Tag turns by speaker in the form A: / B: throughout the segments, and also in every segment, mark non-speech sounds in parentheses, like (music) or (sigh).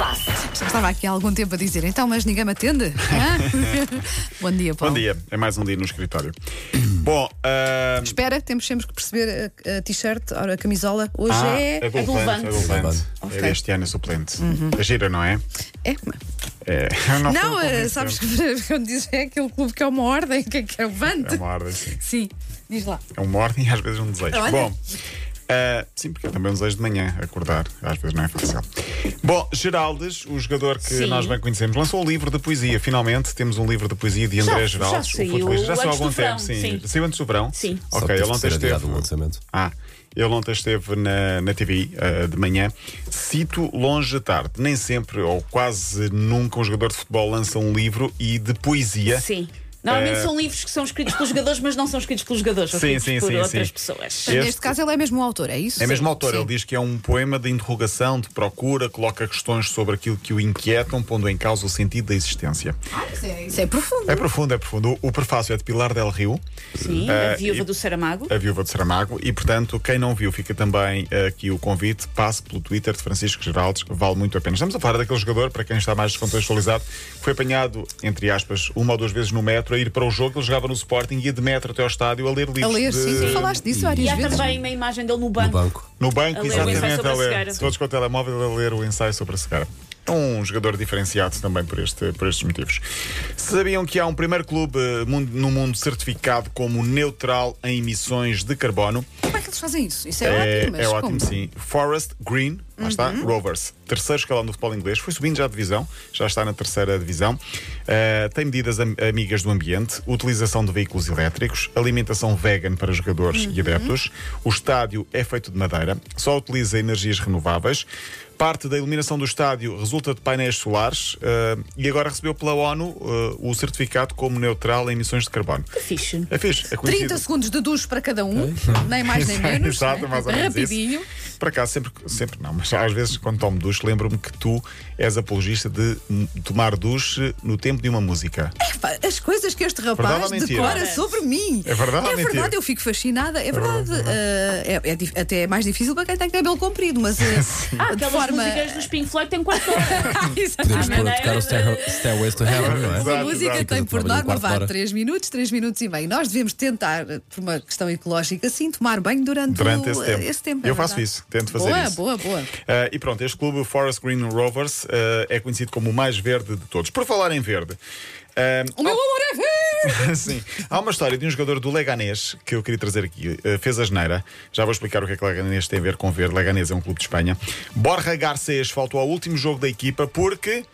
A: Já estava aqui há algum tempo a dizer, então, mas ninguém me atende? Hã?
B: (laughs)
A: Bom dia,
B: Bom
A: Paulo.
B: dia, é mais um dia no escritório. (clears throat) Bom, ah,
A: Espera, temos sempre que perceber a, a t-shirt, ora, a camisola. Hoje
B: ah,
A: é.
B: é
C: Levante.
B: Golvante. É Golvante.
A: Levante.
B: É
A: Ok.
B: deste ano, é suplente.
C: Uhum.
B: É gira, não é?
A: é.
B: É. (laughs)
A: Não,
B: foi o
A: eh,
B: convite,
A: sabes que (laughs) quando diz é aquele clube que é uma ordem, que é que é
B: É
A: Levante.
B: uma ordem, sim.
A: Sim, diz lá.
B: É uma ordem e às vezes um desejo.
A: Olha.
B: Bom, ah, sim, porque é também um desejo de manhã acordar, às vezes não é fácil. Bom, Geraldes, o jogador que
C: Sim.
B: nós bem conhecemos, lançou um livro de poesia. Finalmente temos um livro de poesia de
C: Já-
B: André
C: já
B: Geraldes,
C: saiu
B: o futebolista. Já saiu há
C: antes
B: algum
C: do
B: tempo,
C: verão, sim.
B: Saiu antes do verão?
C: Sim.
D: Só um
B: Ok,
D: teve
B: ele
D: que
B: ontem
D: ser adiado
B: esteve.
D: o lançamento.
B: Ah, ele ontem esteve na, na TV ah, de manhã. Cito longe da tarde. Nem sempre, ou quase nunca, um jogador de futebol lança um livro e de poesia.
C: Sim. Normalmente
B: Eh,
C: são livros que são escritos pelos jogadores, mas não são escritos pelos jogadores, são
B: Sim,
C: escritos
B: sim,
C: por
B: sim,
C: outras
B: sim.
C: pessoas.
B: Este-
A: Neste caso, ele é mesmo o autor, é isso?
B: É mesmo autor,
A: Sim.
B: ele diz que é um poema de interrogação, de procura, coloca questões sobre aquilo que o inquietam, pondo em causa o sentido da existência.
A: Isso é- Isso é profundo.
B: É profundo, é profundo. O prefácio é de Pilar del Rio,
C: Sim,
B: Eh,
C: a viúva
B: e- eh,
C: do Saramago.
B: a viúva de Saramago, e portanto, quem não viu, fica também eh, aqui o convite. Passe pelo Twitter de Francisco Geraldes, vale muito a pena. Estamos a falar daquele jogador, para quem está mais descontextualizado, que foi apanhado, entre aspas, uma ou duas vezes no metro a ir para o jogo. Ele jogava no Sporting, ia de metro até ao estádio a ler livros.
A: A ler,
B: de-
A: sim, tu falaste disso
C: E
A: várias
C: há
A: vezes.
C: também uma imagem dele no
D: No
C: banco.
D: banco.
B: No banco,
C: A ler o ensaio
B: exatamente,
C: sobre
B: a
C: a
B: ler.
C: cegueira.
B: Todos com o telemóvel a ler o ensaio sobre a cegueira. Um jogador diferenciado também por, este, por estes motivos. Sabiam que há um primeiro clube eh, mun- no mundo certificado como neutral em emissões de carbono?
A: Como é que eles fazem isso? Isso é,
B: É,
A: ótimo, mas
B: é ótimo,
A: como? Uhum.
B: sim. Forest Green, lá está, Rovers, terceiro escalão do futebol inglês, foi subindo já a divisão, já está na terceira divisão. Uh, tem medidas am- amigas do ambiente, utilização de veículos elétricos, alimentação vegan para jogadores
A: Uhum.
B: e adeptos. O estádio é feito de madeira, só utiliza energias renováveis. Parte da iluminação do estádio resulta de painéis solares uh, e agora recebeu pela ONU uh, o certificado como neutral em emissões de carbono.
C: Fixe.
B: É fixe, é conhecido.
A: 30 segundos de duche para cada um, nem mais
B: (laughs)
A: nem menos.
B: é, Exato,
A: né?
B: mais ou menos
A: Rapidinho.
B: Isso. Por acaso, sempre, sempre não, mas às vezes quando tomo duche, lembro-me que tu és apologista de hum, tomar duche no tempo de uma música.
A: Pá, As coisas que este
B: Verdade
A: rapaz
B: ou mentira?
A: decora sobre mim.
B: É verdade ou
A: É verdade,
B: mentira?
A: eu fico fascinada. É verdade. eh, é, é dif- até é mais difícil para quem tem cabelo comprido,
B: (laughs)
A: mas eh, (laughs)
C: Ah,
A: de
C: aquelas
A: forma.
C: músicas dos Pink Floyd têm quatro horas.
A: Exato.
D: Podemos pôr a
C: maneira
D: tocar o
C: de-
D: Stair- Stairways to Heaven, não é?
B: Exato.
A: A música
B: exato.
A: tem por
D: Trabalho um
A: norma
D: quarto de
A: vá
D: hora.
A: 3 minutos, 3 minutos e meio. Nós devemos tentar, eh, por uma questão ecológica, sim, tomar banho durante,
B: Durante
A: o-
B: esse tempo.
A: é
B: Eu faço
A: verdade.
B: isso, tento fazer
A: boa,
B: isso.
A: Boa, boa, boa.
B: Ah, e pronto, este clube, o Forest Green Rovers, ah, é conhecido como o mais verde de todos. Por falar em verde. ah,
A: O meu amor é verde!
B: (laughs) Sim. Há uma história de um jogador do Leganés que eu queria trazer aqui. Eh, fez a geneira. Já vou explicar o que é que Leganés tem a ver com ver. Leganés é um clube de Espanha. Borja Garcês faltou ao último jogo da equipa porque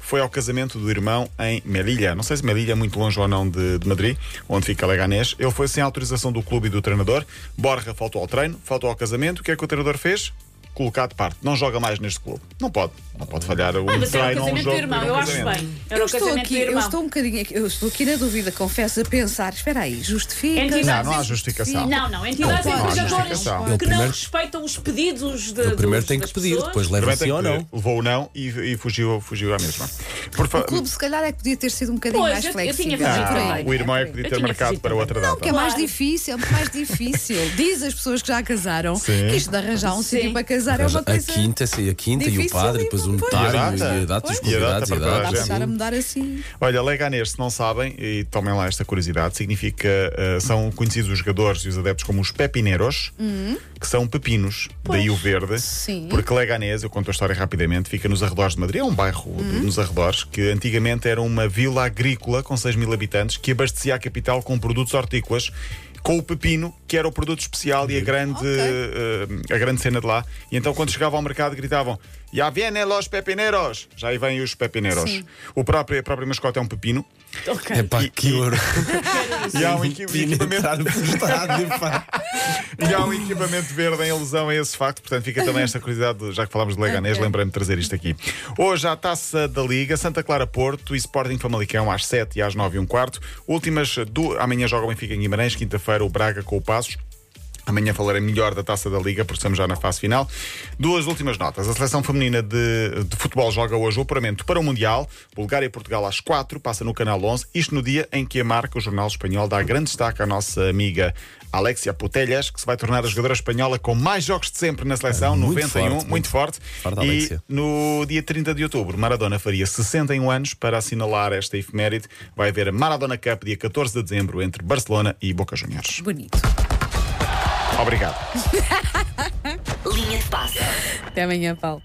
B: foi ao casamento do irmão em Melilla. Não sei se Melilla é muito longe ou não de, de Madrid, onde fica Leganés. Ele foi sem autorização do clube e do treinador. Borja faltou ao treino, faltou ao casamento. O que é que o treinador fez? Colocar de parte. Não joga mais neste clube. Não pode. Não pode falhar um
C: Ah, mas era
B: treino
C: o
B: ou um
C: casamento do
B: jogo.
C: irmão,
B: era um
C: eu acho
B: casamento.
C: bem. Era
A: eu
C: o
A: estou
C: é casamento
A: aqui,
C: do
A: eu
C: irmão.
A: estou um bocadinho aqui, eu estou aqui na dúvida, confesso, a pensar, espera aí, justifica.
C: Entidades-
B: Não, não há justificação.
C: Não, não, entidades
A: Não, não há
C: empregadoras
B: justificação.
C: que
D: Ele
C: não
D: primeiro-
C: respeitam os pedidos de.
D: O primeiro
C: dos-
D: tem que
C: das
D: pedir,
C: pessoas.
D: depois
B: Também
D: leva
B: tem
D: sim ou
B: que-
D: não.
B: Levou ou não e, e fugiu, fugiu à mesma. Por fa-
A: O clube, se calhar, é que podia ter sido um bocadinho
C: Pois,
A: mais
C: eu- eu tinha
A: flexível.
C: fugido
A: por aí.
B: Ah, o irmão é que
A: por aí.
B: podia
C: Eu
B: ter
C: tinha
B: marcado
C: fugido
B: para outra
A: Não, que é
B: data.
A: mais
C: Claro.
A: difícil, é muito mais
C: (laughs)
A: difícil. Diz as pessoas que já casaram
B: Sim.
A: que isto de arranjar um
C: Sim.
A: sítio para casar é uma
D: A
A: coisa.
D: quinta, sim, a quinta e o
A: Dificílimo,
D: padre, e depois o
A: pois.
B: E a
D: notário,
B: data.
D: e a data dos
B: E a data
D: convidados, e a
A: Dá
B: para toda
D: data.
A: para
B: gente.
A: estar a
D: sim.
A: mudar assim.
B: Olha, Leganés, se não sabem, e tomem lá esta curiosidade, significa. ah, são conhecidos os jogadores e os adeptos como os pepineros, que são pepinos, daí o verde.
A: Uhum. Sim.
B: Porque Leganés, eu conto a história rapidamente, fica nos arredores de Madrid. É um bairro de- nos arredores que antigamente era uma vila agrícola com 6 mil habitantes que abastecia a capital com produtos hortícolas. Com o pepino, que era o produto especial e a grande,
A: Ok.
B: eh, a grande cena de lá. E então, quando chegava ao mercado, gritavam: Já vienen los pepineros! Já aí vêm os pepineros.
A: Sim.
B: O próprio, a própria mascota é um pepino.
C: Ok.
D: É pá,
B: E-
D: que
B: e-
D: ouro.
B: E há um equi- equipamento,
D: frustrado,
B: (laughs)
D: pá.
B: e há um equipamento verde em alusão a esse facto, portanto fica também esta curiosidade, de- já que falámos de Leganés, lembrei-me de trazer isto aqui. Hoje à taça da Liga, Santa Clara Porto e Sporting Famalicão às 7 e às 9 e um quarto. Últimas, do... amanhã joga o Benfica em Guimarães, quinta-feira o Braga com o Passos. Amanhã falarei melhor da taça da Liga, porque estamos já na fase final. Duas últimas notas. A seleção feminina de, de futebol joga hoje o apuramento para o Mundial. Bulgária e Portugal às 4, passa no canal 11. Isto no dia em que a marca, o jornal espanhol, dá grande destaque à nossa amiga Alexia Putelhas, que se vai tornar a jogadora espanhola com mais jogos de sempre na seleção,
D: É, muito
B: 91,
D: forte,
B: muito
D: muito
B: forte.
D: forte,
B: e
D: Alexia.
B: no dia 30 de outubro, Maradona faria 61 anos para assinalar esta efeméride. Vai haver a Maradona Cup, dia 14 de dezembro, entre Barcelona e Boca Juniors.
A: Bonito.
B: Obrigado.
E: Linha de passe.
A: Até amanhã, Paulo.